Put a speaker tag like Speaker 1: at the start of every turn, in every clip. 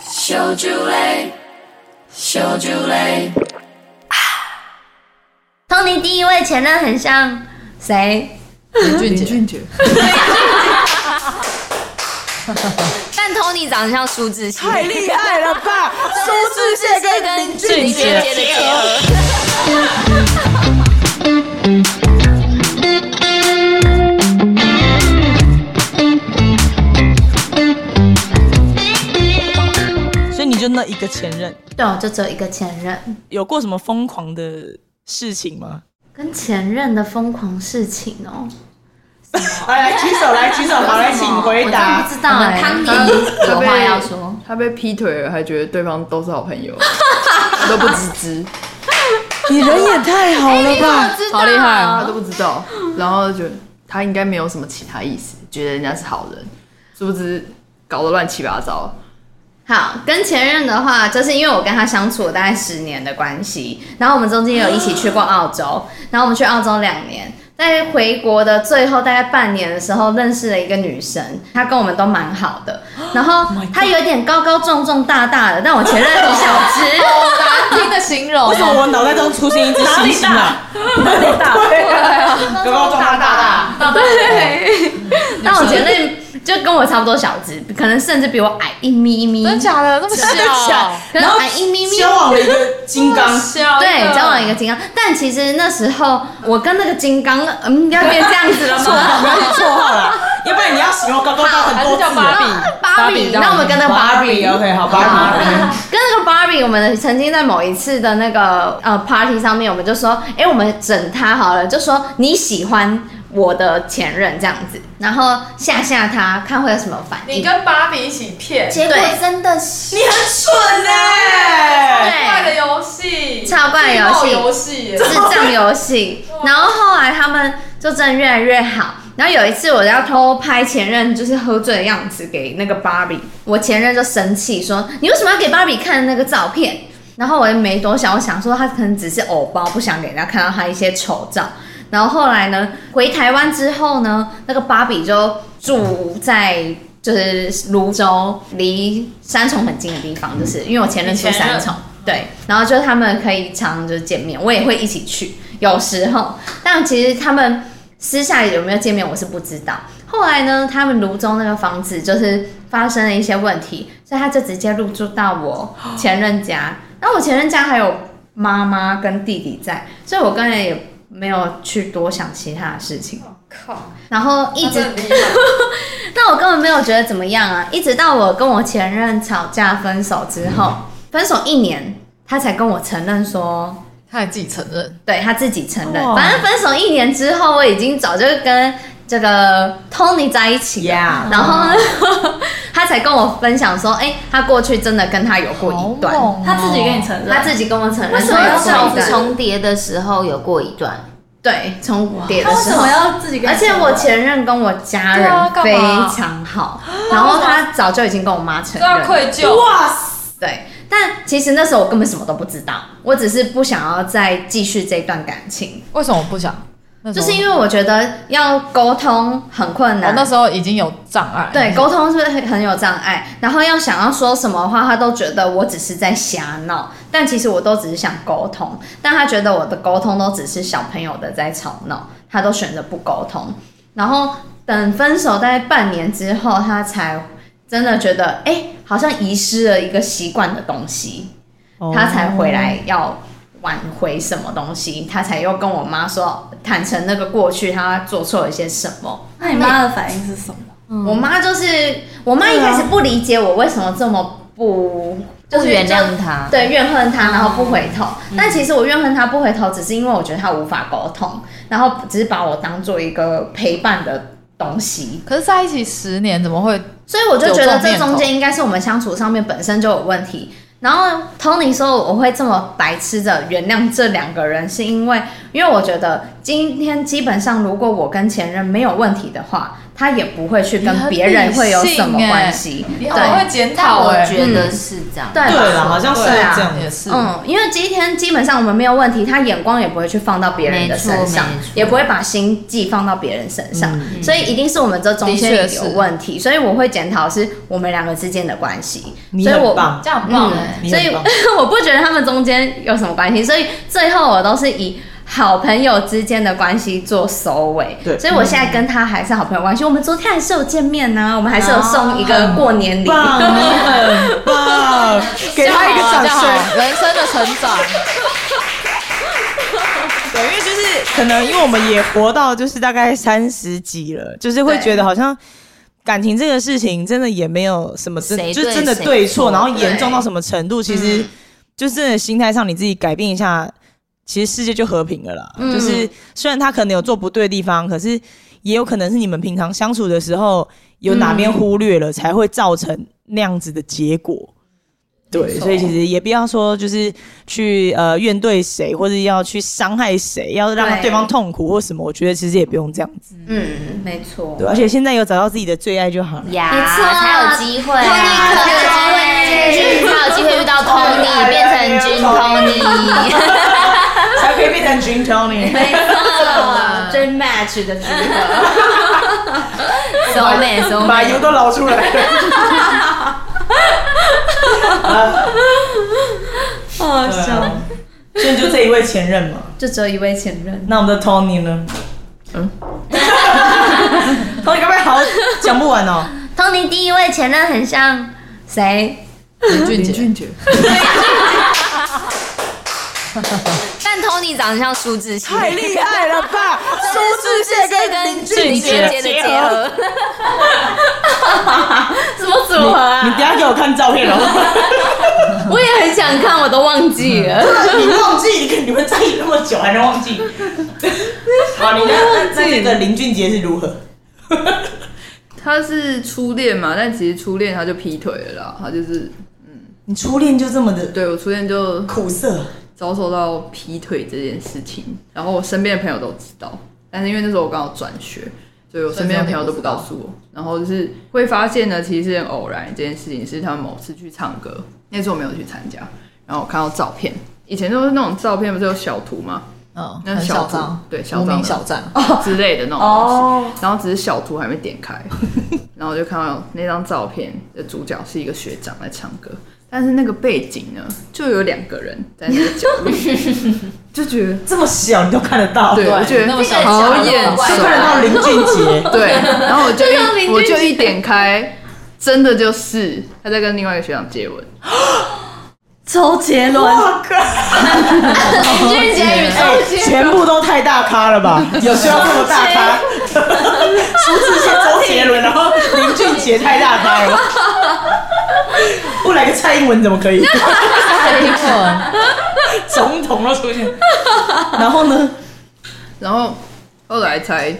Speaker 1: 小酒类，小酒类。
Speaker 2: Tony 第一位前任很像谁？
Speaker 3: 林俊杰，
Speaker 4: 俊杰，
Speaker 5: 但 Tony 长得像苏志燮，
Speaker 4: 太厉害了吧！ 苏志燮跟林俊
Speaker 5: 林
Speaker 4: 杰，
Speaker 5: 的结合。
Speaker 3: 所以你就那一个前任，
Speaker 2: 对，我就只有一个前任。
Speaker 3: 有过什么疯狂的事情吗？
Speaker 2: 跟前任的疯狂事情哦，
Speaker 4: 好哎来举手，来举手，好来，请
Speaker 2: 我
Speaker 4: 回
Speaker 2: 真
Speaker 4: 答
Speaker 2: 不。知道哎、
Speaker 5: 汤尼有话要说，
Speaker 6: 他被劈腿了，还觉得对方都是好朋友，都不知知，
Speaker 4: 哎你人也太好了吧！
Speaker 3: 好厉害
Speaker 6: 他
Speaker 3: 啊！
Speaker 6: 都不知道，然后就觉得他应该没有什么其他意思，觉得人家是好人，殊不知搞得乱七八糟。
Speaker 5: 好，
Speaker 2: 跟前任的话，就是因为我跟他相处了大概十年的关系，然后我们中间有一起去过澳 洲，然后我们去澳洲两年，在回国的最后大概半年的时候，认识了一个女生，她跟我们都蛮好 的，然
Speaker 3: Oh
Speaker 2: 后她有点高高壮壮大大的，但我前任很小只，
Speaker 3: 难 听的形容，为
Speaker 4: 为什么我脑袋中出现一只星星啊？高高壮大大大，
Speaker 2: 但我前任就跟我差不多小只，可能甚至比我矮一咪一咪，
Speaker 3: 真假的那么小？
Speaker 4: 哦
Speaker 2: 可能矮一咪咪
Speaker 4: 交往了一个金 刚，
Speaker 3: 小
Speaker 2: 对，交往一个金刚，但其实那时候我跟那个金刚，嗯，要变这样子了吗？
Speaker 4: 不要去绰号啦，要不然你要形容高高大很
Speaker 3: 还
Speaker 4: 多
Speaker 3: 是
Speaker 4: 字啊
Speaker 3: 叫芭比？
Speaker 2: 芭比，那我们跟那个芭比，
Speaker 4: ，OK，好，芭比。
Speaker 2: 跟那个芭比，我们曾经在某一次的那个呃 party 上面，我们就说，哎、我们整他好了，就说你喜欢我的前任这样子，然后吓吓他，看会有什么反应。
Speaker 3: 跟芭比一起骗
Speaker 2: 结果
Speaker 5: 真的是
Speaker 4: 你很蠢哎、
Speaker 2: 对
Speaker 3: 的游戏
Speaker 2: 超怪游戏
Speaker 3: 戏
Speaker 2: 智障游戏。然后后来他们就真的越来越好。然后有一次我要偷拍前任就是喝醉的样子给那个芭比，我前任就生气说：“你为什么要给芭比看那个照片？”然后我也没多想，我想说他可能只是偶包，不想给人家看到他一些丑照。然后后来呢，回台湾之后呢，那个芭比就住在就是泸州，离三重很近的地方，就是因为我前任住三重，对，然后就他们可以常就是见面，我也会一起去，有时候，但其实他们私下有没有见面我是不知道。后来呢，他们泸州那个房子就是发生了一些问题，所以他就直接入住到我前任家。然后我前任家还有妈妈跟弟弟在，所以我刚才也没有去多想其他的事情。
Speaker 5: 靠，
Speaker 2: 然后一直， 那我根本没有觉得怎么样啊！一直到我跟我前任吵架分手之后，分手一年，他才跟我承认说，
Speaker 3: 他还自己承认，
Speaker 2: 对他自己承认。
Speaker 3: 哇
Speaker 2: 反正分手一年之后，我已经早就跟这个 Tony 在一起了
Speaker 4: Yeah
Speaker 2: 然后呢， 他才跟我分享说，哎、他过去真的跟他有过一段，
Speaker 3: 他自己跟你承
Speaker 2: 他自己跟我承认，
Speaker 5: 为什么要
Speaker 2: 说有过
Speaker 5: 重
Speaker 2: 一段
Speaker 5: 重叠的时候有过一段？
Speaker 2: 对重叠的
Speaker 3: 认，
Speaker 2: 时候？
Speaker 3: 要自己
Speaker 2: 而且我前任跟我家
Speaker 3: 对啊
Speaker 2: 人
Speaker 3: 干
Speaker 2: 非
Speaker 3: 嘛
Speaker 2: 常好，然后他早就已经跟我妈承
Speaker 3: 都要
Speaker 2: 认，
Speaker 3: 愧疚？
Speaker 4: 哇塞，
Speaker 2: 对，但其实那时候我根本什么都不知道，我只是不想要再继续这段感情，
Speaker 3: 为什么不想？那时
Speaker 2: 就
Speaker 3: 候
Speaker 2: 是因为我觉得要沟通很困
Speaker 3: 我
Speaker 6: 哦
Speaker 2: 难。
Speaker 3: 那时候已经有障碍，
Speaker 2: 对，沟通是不是很很有障碍？然后要想要说什么话，他都觉得我只是在瞎闹，但其实我都只是想沟通，但他觉得我的沟通都只是小朋友的在吵闹，他都选择不沟通。然后等分手大概半年之后，他才真的觉得，哎、好像遗失了一个习惯的东西，他才回来要挽回什么东西，他才又跟我妈说坦诚那个过去他做错了一些什么。
Speaker 7: 那你妈的反应是什么？
Speaker 5: 嗯
Speaker 2: 我妈就是我妈一开始不理解我为什么这么不就是
Speaker 5: 不原谅嗯
Speaker 2: 就
Speaker 5: 他
Speaker 2: 对怨恨他，然后不回头。但其实我怨恨他不回头，只是因为我觉得他无法沟通，然后只是把我当做一个陪伴的东西。
Speaker 3: 可是在一起十年，怎么会？
Speaker 2: 所以我就觉得这
Speaker 3: 有
Speaker 2: 中
Speaker 3: 这种念头
Speaker 2: 间应该是我们相处上面本身就有问题。然后 Tony 说我会这么白痴的原谅这两个人，是因为因为我觉得今天基本上如果我跟前任没有问题的话，他也不会去
Speaker 3: 你
Speaker 2: 跟
Speaker 3: 很
Speaker 2: 别人会有
Speaker 3: 理性
Speaker 2: 什么
Speaker 3: 欸
Speaker 2: 关系。
Speaker 3: 你好会检
Speaker 5: 但
Speaker 6: 哦
Speaker 3: 讨
Speaker 5: 我
Speaker 6: 嗯
Speaker 3: 哎，
Speaker 5: 觉得是这样。
Speaker 2: 对
Speaker 4: 对
Speaker 2: 吧
Speaker 4: 了，好像是
Speaker 3: 对
Speaker 4: 这
Speaker 3: 啊
Speaker 4: 样。
Speaker 3: 也是，
Speaker 2: 嗯，因为今天基本上我们没有问题，他眼光也不会去放到别人的身上
Speaker 5: 没错没错，
Speaker 2: 也不会把心计放到别人身上，
Speaker 4: 嗯
Speaker 2: 所以一定是我们这中
Speaker 3: 的
Speaker 2: 间
Speaker 3: 确是
Speaker 2: 有问题。所以我会检讨是我们两个之间的关系。
Speaker 4: 你
Speaker 2: 所以我
Speaker 4: 很棒嗯
Speaker 3: 这，样很棒哎。
Speaker 4: 你
Speaker 2: 所
Speaker 4: 很
Speaker 2: 以
Speaker 4: 棒
Speaker 2: 我不觉得他们中间有什么关系，所以最后我都是以好朋友之间的关系做收尾。
Speaker 4: 对
Speaker 2: 所以我现在跟他还是好朋友关系。我们昨天还是有见面啊呢、我们还是有送一个过年礼。
Speaker 4: 棒，你很棒， 给他一个掌
Speaker 3: 这样好
Speaker 4: 声。
Speaker 3: 啊，人生的成 长，
Speaker 4: 对，因为就是可能因为我们也活到就是大概三十几了，就是会
Speaker 2: 对
Speaker 4: 觉得好像感情这个事情真的也没有什么真
Speaker 5: 谁
Speaker 4: 就
Speaker 5: 对嗯
Speaker 4: 真的
Speaker 5: 谁
Speaker 4: 对
Speaker 5: 错
Speaker 4: 错，然后严重到什么程度，其实就真的心态上你自己改变一下，其实世界就和平了啦。
Speaker 5: 嗯
Speaker 4: 就是虽然他可能有做不对的地方，可是也有可能是你们平常相处的时候有哪
Speaker 5: 嗯
Speaker 4: 边忽略了，才会造成那样子的结果。对，所以其实也不要说就是去呃怨对谁，或者要去伤害谁，要让
Speaker 2: 对
Speaker 4: 对方痛苦或什么。我觉得其实也不用这样子，
Speaker 2: 嗯，没错。
Speaker 4: 对。而且现在有找到自己的最爱就好了。
Speaker 5: 呀，
Speaker 2: 没错
Speaker 5: 才有机会啊，
Speaker 2: Tony 可
Speaker 5: 才有机会，才有机会遇到 Tony，变成君 Tony。
Speaker 4: 才可以变成 Dream Tony。
Speaker 2: 没错，最 match 的组合。
Speaker 5: So man, so man。
Speaker 4: 油都捞出来了。
Speaker 2: 好
Speaker 4: 对
Speaker 2: 笑，
Speaker 4: 啊 所以就这一位前任嘛，
Speaker 2: 就只有一位前任。
Speaker 4: 那我们的 Tony 呢？嗯，Tony 该不会好讲不 完哦？
Speaker 2: Tony 第一位前任很像谁？
Speaker 3: 林俊杰，
Speaker 6: 俊杰，
Speaker 5: 但 Tony 长得像苏志燮，
Speaker 4: 太厉害 了吧！苏志燮跟林俊杰
Speaker 5: 杰的
Speaker 4: 结
Speaker 5: 结
Speaker 4: 合，
Speaker 5: 合，
Speaker 2: 什么组合
Speaker 4: 你
Speaker 2: 啊？
Speaker 4: 等一下给我看照片哦。
Speaker 2: 我也很想看，我都忘记了。
Speaker 4: 你忘记，你你们在一起那么久还能忘记？好，你那那那个林俊杰是如何？
Speaker 6: 他是初恋嘛，但其实初恋他就劈腿了啦，他就是
Speaker 4: 你初恋就这么的
Speaker 6: 对我初恋就
Speaker 4: 苦涩，
Speaker 6: 遭受到劈腿这件事情，然后我身边的朋友都知道，但是因为那时候我刚好转学，所以我身边的朋友都不告诉我。然后就是会发现呢，其实是很偶然一件事情，是他们某次去唱歌，那次我没有去参加，然后我看到照片，以前都是那种照片，不是有小图吗？
Speaker 3: 嗯，
Speaker 6: 那
Speaker 3: 很
Speaker 6: 小
Speaker 3: 小
Speaker 6: 张
Speaker 3: 张，
Speaker 6: 对小
Speaker 3: 无
Speaker 6: 张
Speaker 3: 名
Speaker 6: 的
Speaker 3: 小
Speaker 4: 哦
Speaker 3: 站，
Speaker 6: 之类的那种东西，然后只是小图还没点 开，然后我就看到那张照片的主角是一个学长在唱歌，但是那个背景呢，就有两个人在那个角落， 就觉得
Speaker 4: 这么小你都看得到，
Speaker 6: 对，我
Speaker 4: 就
Speaker 6: 觉
Speaker 3: 那
Speaker 6: 得
Speaker 3: 么小
Speaker 6: 好
Speaker 3: 张，
Speaker 6: 眼
Speaker 4: 看得
Speaker 6: 熟，
Speaker 4: 到林俊杰。
Speaker 6: 对，然后我 就
Speaker 2: 这个邻
Speaker 6: 一
Speaker 2: 居
Speaker 6: 我就一点开，真的就是他在跟另外一个学长接吻，
Speaker 2: 周杰伦、
Speaker 4: 我靠！
Speaker 2: 林俊杰与周杰
Speaker 4: 哎全部都太大咖了吧？有需要这么大 咖？苏志燮、周杰伦，然后林俊杰太大咖了。不来个蔡英文怎么可以？
Speaker 3: 蔡英文，
Speaker 4: 总统都出现，然后呢？
Speaker 6: 然后后来才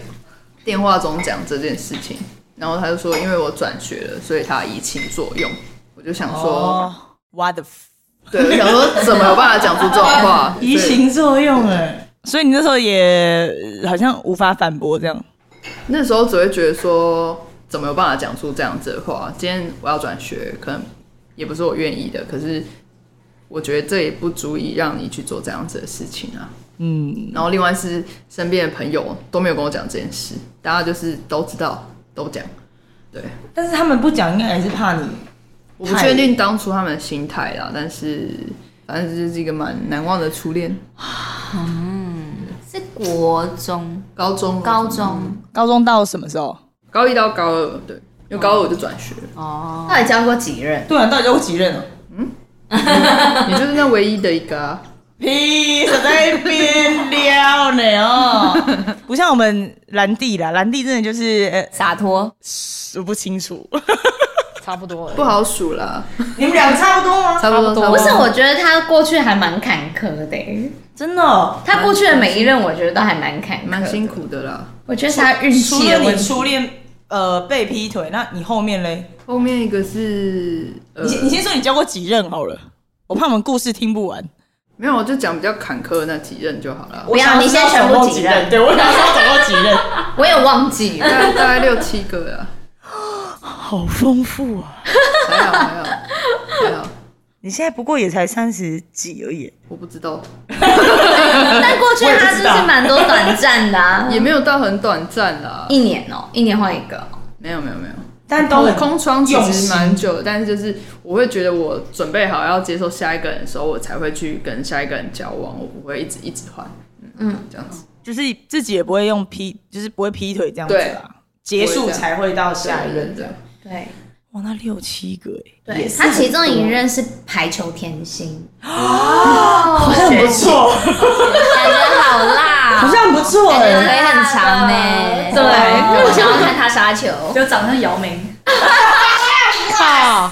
Speaker 6: 电话中讲这件事情，然后他就说，因为我转学了，所以他移情作用。我就想说，
Speaker 4: 哦，what the
Speaker 6: 对，我想说怎么有办法讲出这种话？
Speaker 4: 移情作用哎、所以你那时候也呃好像无法反驳这样。
Speaker 6: 那时候只会觉得说，怎么有办法讲出这样子的话？今天我要转学，可能也不是我愿意的，可是我觉得这也不足以让你去做这样子的事情啊。
Speaker 4: 嗯，
Speaker 6: 然后另外是身边的朋友都没有跟我讲这件事，大家就是都知道都讲，对，
Speaker 4: 但是他们不讲，应该也是怕你。
Speaker 6: 我不确定当初他们的心态啦，但是反正就是一个蛮难忘的初恋，
Speaker 5: 是国中、
Speaker 6: 高中
Speaker 5: 高中
Speaker 4: 高中到什么时候？
Speaker 6: 高一到高二，对，因为高二我就转学了，
Speaker 5: 哦，
Speaker 2: 到底交过几任？
Speaker 4: 对啊，到底有几任啊？
Speaker 6: 你就是那唯一的一个、啊。
Speaker 4: 屁，在那边撩呢哦， 不像我们兰弟啦，兰弟真的就是呃
Speaker 5: 洒脱。
Speaker 4: 数不清楚。
Speaker 3: 差不多了，
Speaker 6: 不好数啦，
Speaker 4: 你们俩差不多吗？
Speaker 6: 差不多，
Speaker 3: 差不多
Speaker 2: 不是，我觉得他过去还蛮坎坷的欸、
Speaker 4: 真的、哦，
Speaker 2: 他过去的每一任，我觉得都还蛮坎坷，
Speaker 6: 蛮辛。苦的啦。
Speaker 2: 我觉得是他运
Speaker 4: 除
Speaker 2: 气
Speaker 4: 了
Speaker 2: 的
Speaker 4: 你
Speaker 2: 问题。
Speaker 4: 初恋呃被劈腿，那你后面嘞？
Speaker 6: 后面一个是呃
Speaker 4: 你，先你先说你交过几任好了，我怕我们故事听不完。
Speaker 6: 没有，我就讲比较坎坷的那几任就好了，
Speaker 2: 不
Speaker 7: 我
Speaker 2: 要
Speaker 7: 想
Speaker 2: 你先
Speaker 7: 知道
Speaker 2: 全部
Speaker 7: 总共
Speaker 2: 几
Speaker 7: 几
Speaker 2: 任
Speaker 7: 任，对我想知道总共几任。
Speaker 2: 我也忘记
Speaker 6: 大
Speaker 2: 了。
Speaker 6: 概大概六七个啦，
Speaker 4: 好丰富啊！
Speaker 6: 还好还好还好，
Speaker 4: 你现在不过也才三十几而已，
Speaker 6: 我不知道，
Speaker 2: 但过去
Speaker 4: 我也不
Speaker 2: 他
Speaker 4: 知
Speaker 2: 就
Speaker 4: 道
Speaker 2: 是蛮多短暂的啊，
Speaker 6: 也没有到很短暂啦，
Speaker 2: 一年哦、一年换一个哦、
Speaker 6: 没有没有没有。
Speaker 4: 但都
Speaker 6: 空
Speaker 4: 很
Speaker 6: 空窗其
Speaker 4: 用
Speaker 6: 实
Speaker 4: 心
Speaker 6: 蛮久的，但是就是我会觉得我准备好要接受下一个人的时候，我才会去跟下一个人交往，我不会一直一直换，嗯，这样子。
Speaker 4: 就是自己也不会用劈，就是不会劈腿这样子啦，结束才会到下一任这样。
Speaker 2: 对
Speaker 4: 哇，那六七个哎、
Speaker 2: 对
Speaker 4: 也，是
Speaker 2: 他
Speaker 4: 很
Speaker 2: 其中一任是排球甜心，哦
Speaker 4: 哦好像不 错，
Speaker 5: 感觉好辣，
Speaker 4: 好像不错
Speaker 5: 感觉
Speaker 4: 哎、
Speaker 5: 腿很长呢。
Speaker 7: 对
Speaker 5: 哦我想要看他杀球。
Speaker 7: 就长得像姚明，
Speaker 3: 靠，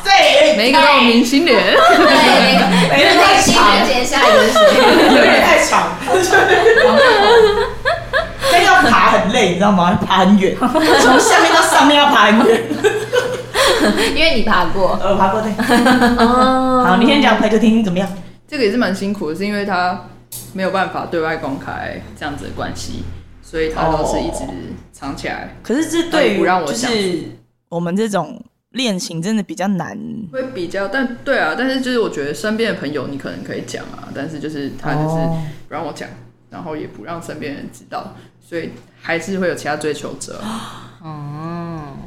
Speaker 6: 每一个都有明星脸，
Speaker 5: 对，
Speaker 4: 哎、那太长，
Speaker 5: 接下一个是谁？
Speaker 4: 有点太长，但要爬很累，你知道吗？爬很远，从下面到上面要爬很远。
Speaker 5: 因为你爬过，
Speaker 4: 呃，爬过对。 好，你先讲排球听听怎么样？
Speaker 6: 这个也是蛮辛苦的，是因为他没有办法对外公开这样子的关系，所以他都是一直藏起来，
Speaker 4: 可是这对于
Speaker 6: 不让我
Speaker 4: 就
Speaker 6: 想
Speaker 4: 是我们这种恋情真的比较难。
Speaker 6: 会比较，但对啊，但是就是我觉得身边的朋友你可能可以讲啊，但是就是他就是
Speaker 4: 哦
Speaker 6: 不让我讲，然后也不让身边人知道，所以还是会有其他追求者啊。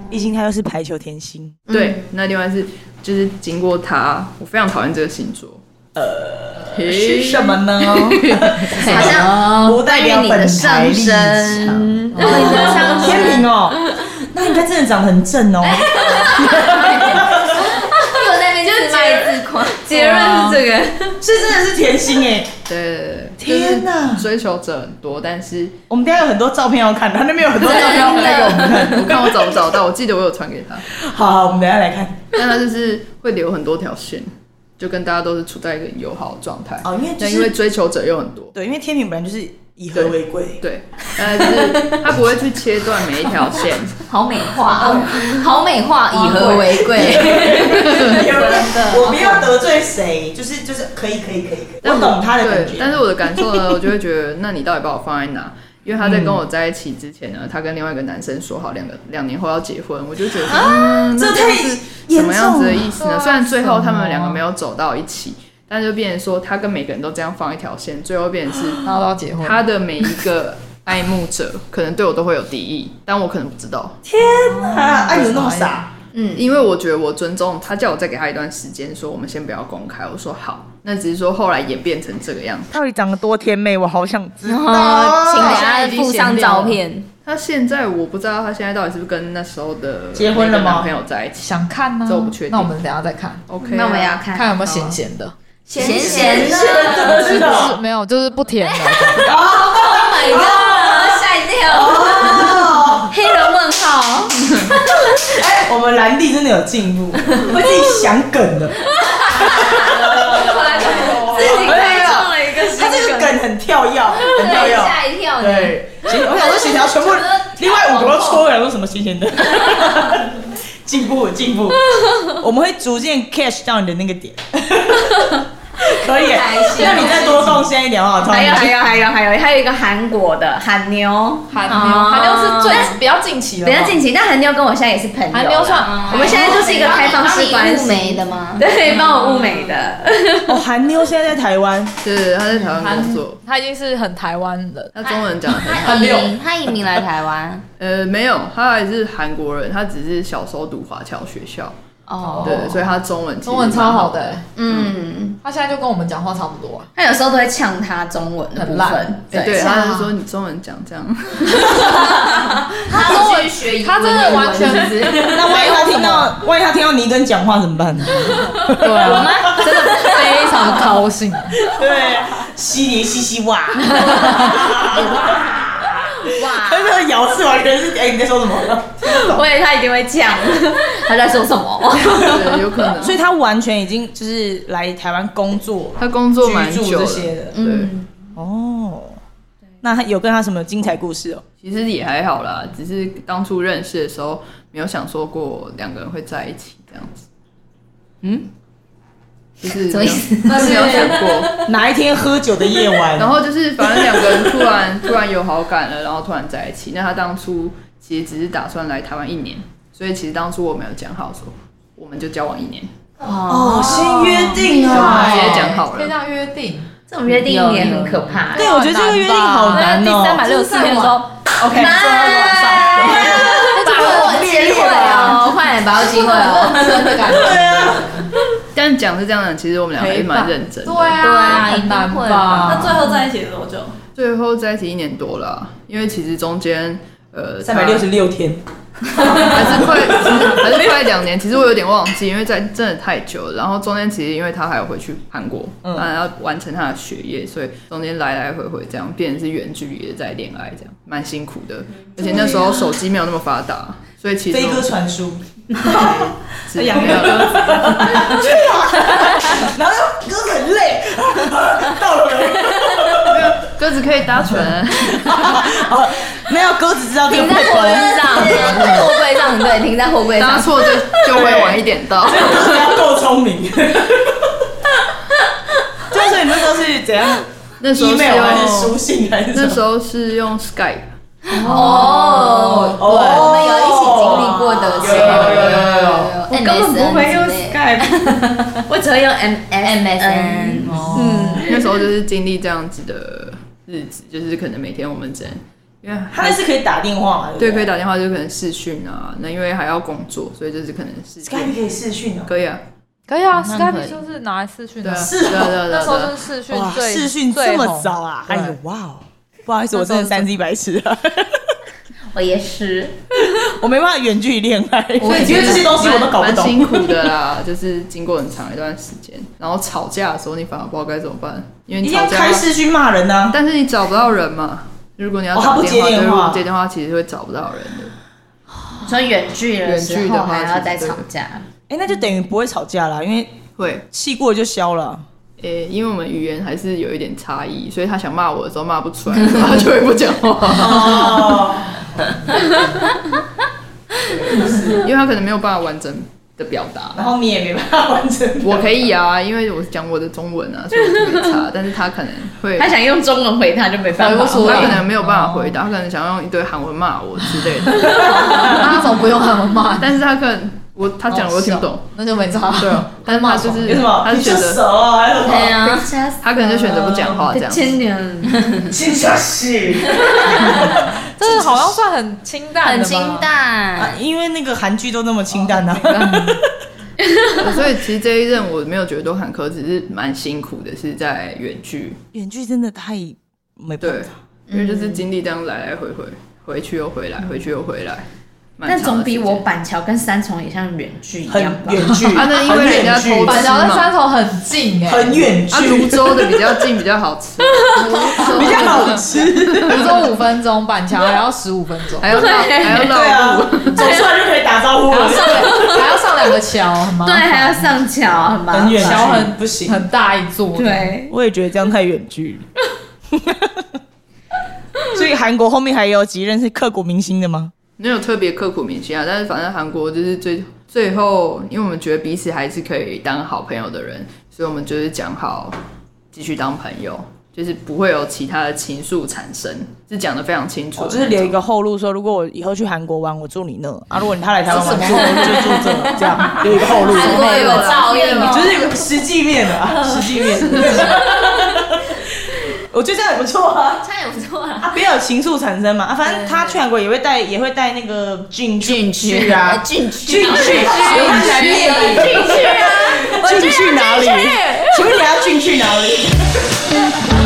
Speaker 4: 毕竟他又是排球甜心，
Speaker 6: 对，那另外是就是经过他，我非常讨厌这个星座。呃，
Speaker 4: 是什？么呢？
Speaker 2: 好像
Speaker 4: 不代表
Speaker 2: 哦你的
Speaker 4: 本台
Speaker 2: 上
Speaker 4: 立场。
Speaker 2: 升，
Speaker 4: 哦天平哦，那应该真的长得很正哦。
Speaker 5: 我在那边就是卖自夸，
Speaker 2: 结论是这个，
Speaker 4: 是真的是甜心哎！
Speaker 6: 对，
Speaker 4: 天哪
Speaker 6: 就是追求者很多，但是
Speaker 4: 我们等一下有很多照片要看，他那边有很多照片要拍给我们看。
Speaker 6: 我看我找不找到，我记得我有传给他，
Speaker 4: 好好，我们等一下来看。
Speaker 6: 但他就是会留很多条线，就跟大家都是处在一个友好的状态。
Speaker 4: 哦因为就是
Speaker 6: 但因为追求者又很多，
Speaker 4: 对，因为天平本来就是以和为贵，
Speaker 6: 对，但是他不会去切断每一条线，
Speaker 5: 好美化，啊好美化，以和为贵。
Speaker 4: 真的，我不要得罪谁，就是就是可以可以可以，可以我懂他的感
Speaker 6: 对
Speaker 4: 觉。
Speaker 6: 但是我的感受呢，我就会觉得，那你到底把我放在哪？因为他在跟我在一起之前呢，他跟另外一个男生说好两个两年后要结婚，我就觉得说，嗯，
Speaker 4: 啊这
Speaker 6: 那
Speaker 4: 太
Speaker 6: 是
Speaker 4: 严
Speaker 6: 什么样
Speaker 4: 重
Speaker 6: 子的
Speaker 4: 了
Speaker 6: 意思呢？虽然最后他们两个没有走到一起，
Speaker 4: 啊
Speaker 6: 但就变成说他跟每个人都这样放一条线，最后变成是
Speaker 4: 嗯
Speaker 3: 然后都要结婚，
Speaker 6: 他的每一个爱慕者可能对我都会有敌意，但我可能不知道，
Speaker 4: 啊，哎，你那么傻，
Speaker 6: 因为我觉得我尊重他，叫我再给他一段时间，说我们先不要公开。我说好，那只是说后来演变成这个样子。
Speaker 4: 到底长得多甜美？我好想知道。
Speaker 5: 哦请给他附上照片。
Speaker 6: 他现在我不知道他现在到底是不是跟那时候的
Speaker 4: 结婚了吗
Speaker 6: 那个男朋友在一起。
Speaker 3: 想看呢
Speaker 6: 这我不确定
Speaker 3: 那我们等一下再看，
Speaker 6: OK，
Speaker 2: 那我也要
Speaker 6: 啊
Speaker 2: 看
Speaker 3: 看有没有咸咸的，
Speaker 5: 咸咸的，
Speaker 4: 知
Speaker 3: 是
Speaker 4: 道
Speaker 3: 没有，就是不甜的。
Speaker 5: Oh my god！吓一跳， 黑人问号。
Speaker 4: 哎，我们兰弟真的有进 步，会自己想梗的。
Speaker 5: 自己开创了一个
Speaker 4: 他这个梗很跳跃，很跳跃。
Speaker 5: 吓一跳呢。
Speaker 4: 对，其实我想说协调全部，另外五个都错了，有什么新鲜的？ 进步进步，我们会逐渐 catch 到你的那个 点。可以，那你再多贡献一点好不好？
Speaker 2: 还有还
Speaker 4: 有，
Speaker 2: 有还有还有还有一个韩国的韩妞，
Speaker 3: 韩
Speaker 2: 哦
Speaker 3: 妞，韩妞是最比较近期的，
Speaker 2: 比较近，期，但韩妞跟我现在也是朋友了，哦
Speaker 3: 韩妞算
Speaker 2: 我们现在就是一个开放式关
Speaker 5: 雾
Speaker 2: 系
Speaker 5: 眉，的吗？
Speaker 2: 对，帮我物美的，
Speaker 4: 哦，韩妞现在在台湾，
Speaker 6: 对，他在台湾工作，
Speaker 3: 他已经是很台湾人，
Speaker 6: 他中文讲的很好。
Speaker 5: 他移民，他移民来台湾。
Speaker 6: 呃，没有，他还是韩国人，他只是小时候读华侨学校，
Speaker 5: 哦，
Speaker 6: 对，所以他中文其实
Speaker 3: 中文超好的、欸，
Speaker 2: 嗯，
Speaker 3: 他现在就跟我们讲话差不多、啊。
Speaker 2: 他有时候都会呛他中文的部
Speaker 3: 很烂
Speaker 2: 分，
Speaker 6: 蛮好的。哎
Speaker 2: 对，
Speaker 6: 对，
Speaker 3: 是啊
Speaker 6: 他就说你中文讲这样，
Speaker 5: 他中文学
Speaker 3: 他真的完全
Speaker 4: 那万一他听到，万一他听到尼根讲话怎么办呢？
Speaker 3: 对啊，真的非常高兴。
Speaker 4: 对，稀里稀稀哇，
Speaker 2: 哇，
Speaker 4: 他那个咬字完全是，哎，你在说什么？
Speaker 2: 我以为他一定会 呛，他在说什么？
Speaker 6: 对，有可能。
Speaker 4: 所以他完全已经就是来台湾工作、
Speaker 6: 他工作蛮
Speaker 4: 居住
Speaker 6: 久
Speaker 4: 这
Speaker 6: 的，
Speaker 4: 些的。
Speaker 3: 嗯
Speaker 6: 对，
Speaker 4: 哦，那他有跟他什么精彩故事哦？
Speaker 6: 其实也还好啦，只是当初认识的时候没有想说过两个人会在一起这样子。嗯，就是
Speaker 2: 什么意思
Speaker 6: 没有 是没有想过。
Speaker 4: 哪一天喝酒的夜晚，
Speaker 6: 然后就是反正两个人突然突然有好感了，然后突然在一起。那他当初其实只是打算来台湾一年，所以其实当初我没有讲好说，我们就交往一年，
Speaker 4: 哦，先约定
Speaker 6: 我们
Speaker 4: 啊，
Speaker 6: 直接讲好
Speaker 3: 天
Speaker 6: 了。
Speaker 3: 上约定，
Speaker 2: 这种约定也很可怕。
Speaker 4: 对，我觉得这个约定好难
Speaker 3: 第三
Speaker 4: 哦。
Speaker 3: 百六十四天的时候，OK，最后一个晚上，
Speaker 2: 那就把握机会哦，快点把握机会哦。
Speaker 3: 真的感觉，
Speaker 6: 但讲是这样的，其实我们两个也蛮认真的。
Speaker 3: 对
Speaker 2: 哦
Speaker 3: 啊，
Speaker 5: 对啊
Speaker 3: 很难
Speaker 5: 一定会
Speaker 7: 那
Speaker 3: 吧？
Speaker 7: 最后在一起了多久？
Speaker 6: 最后在一起一年多了啊，因为其实中间呃
Speaker 4: 三百六十六天，
Speaker 6: 还是快，还是快两年。其实我有点忘记，因为在真的太久了。然后中间其实因为他还有回去韩国，
Speaker 4: 嗯
Speaker 6: 嗯，要完成他的学业，所以中间来来回回这样，变成是远距离的在恋爱，这样蛮辛苦的。而且那时候手机没有那么发达，所以其实
Speaker 4: 飞鸽
Speaker 6: 我
Speaker 4: 传书，
Speaker 6: 只没有
Speaker 4: 然后鸽子很累， 到了没？
Speaker 6: 鸽子可以搭船，
Speaker 4: 哦，没有鸽子知道这个
Speaker 2: 停
Speaker 4: 不
Speaker 2: 在货
Speaker 4: 关
Speaker 2: 柜。上，停在货柜上，对，停在货柜
Speaker 6: 搭
Speaker 2: 上。
Speaker 6: 错就就会晚一点到。
Speaker 4: 他够聪 明。对，所以你们都是怎样
Speaker 6: 那时候是
Speaker 4: ？email 还是
Speaker 6: 用
Speaker 4: 书信还是什
Speaker 6: 那
Speaker 4: 么？
Speaker 6: 时候是用 Skype。
Speaker 2: 哦，
Speaker 4: 哦
Speaker 2: 对，我们有一起经历过的时候，
Speaker 4: 有有有有有
Speaker 2: 我根本不会用 Skype，我 只会用 M 哦 MSN。
Speaker 6: 嗯，那时候就是经历这样子的日子，就是可能每天我们只能，因为
Speaker 4: 他那是可以打电话嘛？
Speaker 6: 对，可以
Speaker 4: 打。
Speaker 6: 打电话，就可能视讯啊。那因为还要工作，所以就是可能视讯。
Speaker 4: Skype 可以视讯哦。
Speaker 6: 可以啊，
Speaker 3: 可以啊
Speaker 5: 那可
Speaker 3: ，Skype
Speaker 5: 以
Speaker 3: 就是拿来试训
Speaker 6: 对啊，
Speaker 3: 的，
Speaker 4: 是哦
Speaker 6: 对啊对啊对
Speaker 3: 那
Speaker 6: 啊
Speaker 3: 时候
Speaker 6: 对
Speaker 3: 就是
Speaker 6: 啊。
Speaker 3: 试训
Speaker 4: 哇，
Speaker 3: 最
Speaker 4: 视讯这么早啊！哎
Speaker 3: 最红
Speaker 4: 呦，哇哦，不好意思，我真的三 G 白痴啊，
Speaker 2: 我也是，
Speaker 4: 我没办法远距离恋爱，所以
Speaker 6: 也
Speaker 4: 其
Speaker 6: 觉
Speaker 4: 实
Speaker 6: 得
Speaker 4: 这些东西我都搞不
Speaker 6: 啊蛮蛮辛
Speaker 4: 懂。
Speaker 6: 苦的啦，就是经过很长一段时间，然后吵架的时候，你反而不知道该怎么办，因为
Speaker 4: 一
Speaker 6: 你
Speaker 4: 定
Speaker 6: 吵
Speaker 4: 要
Speaker 6: 架
Speaker 4: 开，视讯骂人啊呢。
Speaker 6: 但是你找不到人嘛。如果你要
Speaker 4: 哦他
Speaker 6: 打
Speaker 4: 不接
Speaker 6: 电话，对，
Speaker 4: 电
Speaker 6: 如
Speaker 4: 话
Speaker 6: 果不接电话，其实会找不到人的。
Speaker 2: 你说远距的时
Speaker 6: 远距
Speaker 2: 候
Speaker 6: 的话
Speaker 2: 还要
Speaker 6: 其实
Speaker 2: 再
Speaker 6: 对
Speaker 2: 吵架，
Speaker 4: 哎，那就等于不会吵架啦，因为
Speaker 6: 会，
Speaker 4: 气过了就消了。
Speaker 6: 诶、因为我们语言还是有一点差异，所以他想骂我的时候骂不出来，然后就会不讲话，
Speaker 4: 哦，
Speaker 6: 因为他可能没有办法完整的表达。
Speaker 4: 然后你也没办法完成。
Speaker 6: 我可以啊，因为我讲我的中文啊，所以我特别差。但是他可能会，
Speaker 2: 他想用中文回他就没办法。
Speaker 6: 他可能没有办法回答，他可能想用一堆韩文骂我之类 的。
Speaker 3: 那种不用他们骂，
Speaker 6: 但是他可能我他讲 我都听不懂，
Speaker 3: 那就没差。
Speaker 6: 对啊，但是他就是
Speaker 4: 有什么？呃
Speaker 6: 他就
Speaker 4: 你
Speaker 6: 选
Speaker 4: 就
Speaker 6: 择，
Speaker 4: 手啊，还有什
Speaker 2: 对
Speaker 4: 么？
Speaker 2: 啊，
Speaker 6: 他可能就选择不讲话这样。
Speaker 2: 千年
Speaker 4: 亲下戏。
Speaker 3: 这是好像算很清淡
Speaker 2: 很
Speaker 3: 的，
Speaker 2: 清。淡，
Speaker 4: 啊，因为那个韩剧都那么清淡啊，
Speaker 6: 所以其实这一任我没有觉得多坎坷，只是蛮辛苦的，是在远距，
Speaker 4: 远距真的太没办
Speaker 6: 对
Speaker 4: 法。，
Speaker 6: 因为就是经历这样来来回回，回去又回来，
Speaker 4: 嗯
Speaker 6: 回去又回来，蛮
Speaker 2: 但
Speaker 6: 长
Speaker 2: 总
Speaker 6: 的
Speaker 2: 比
Speaker 6: 时
Speaker 2: 我
Speaker 6: 间
Speaker 2: 板桥跟三重也像远距一
Speaker 4: 很
Speaker 2: 样吧。
Speaker 4: 远 距，
Speaker 6: 啊那因为人家
Speaker 4: 很远距
Speaker 6: 投资
Speaker 3: 板桥跟三重很近哎、
Speaker 4: 很远
Speaker 6: 啊，泸
Speaker 4: 距，
Speaker 6: 州的比较近，比较好吃，
Speaker 4: 比较好 吃，
Speaker 3: 泸州五分钟，板桥还要十五分 钟，
Speaker 6: 还 要绕还要
Speaker 4: 对
Speaker 6: 绕
Speaker 4: 啊
Speaker 6: 路。，
Speaker 4: 走出来就可以打招呼
Speaker 3: 还要
Speaker 4: 了。
Speaker 3: 上两还要上两个桥，很麻
Speaker 2: 对，
Speaker 3: 烦
Speaker 2: 还要上桥，很麻
Speaker 4: 很远
Speaker 2: 烦。
Speaker 3: 桥很
Speaker 4: 不行
Speaker 3: 很大一座。，
Speaker 2: 对，
Speaker 4: 我也觉得这样太远 距了。所以韩国后面还有几任是刻骨铭心的吗？
Speaker 6: 没有特别刻苦铭心啊，但是反正韩国就是最最后，因为我们觉得彼此还是可以当好朋友的人，所以我们就是讲好继续当朋友，就是不会有其他的情愫产生，是讲的非常清楚的
Speaker 4: 我
Speaker 6: 那
Speaker 4: 哦就
Speaker 6: 种、
Speaker 4: 是留一个后路，说如果我以后去韩国玩，我住你那啊；如果他来台湾玩，
Speaker 3: 这
Speaker 4: 我
Speaker 3: 是什么
Speaker 4: 就住这，这 样留一个后路。
Speaker 2: 韩国有个照应，
Speaker 4: 就是有实际面的、啊，实际面。 我觉得这样也不错啊，
Speaker 5: 这样也不错啦。
Speaker 4: 啊，不要有情愫产生嘛。啊，反正他去韩国也会带，也会带那个俊俊去啊，
Speaker 2: 进
Speaker 4: 俊
Speaker 2: 去
Speaker 4: 去，他来面
Speaker 2: 进去啊！
Speaker 4: 俊去哪里？请问你要俊去哪里？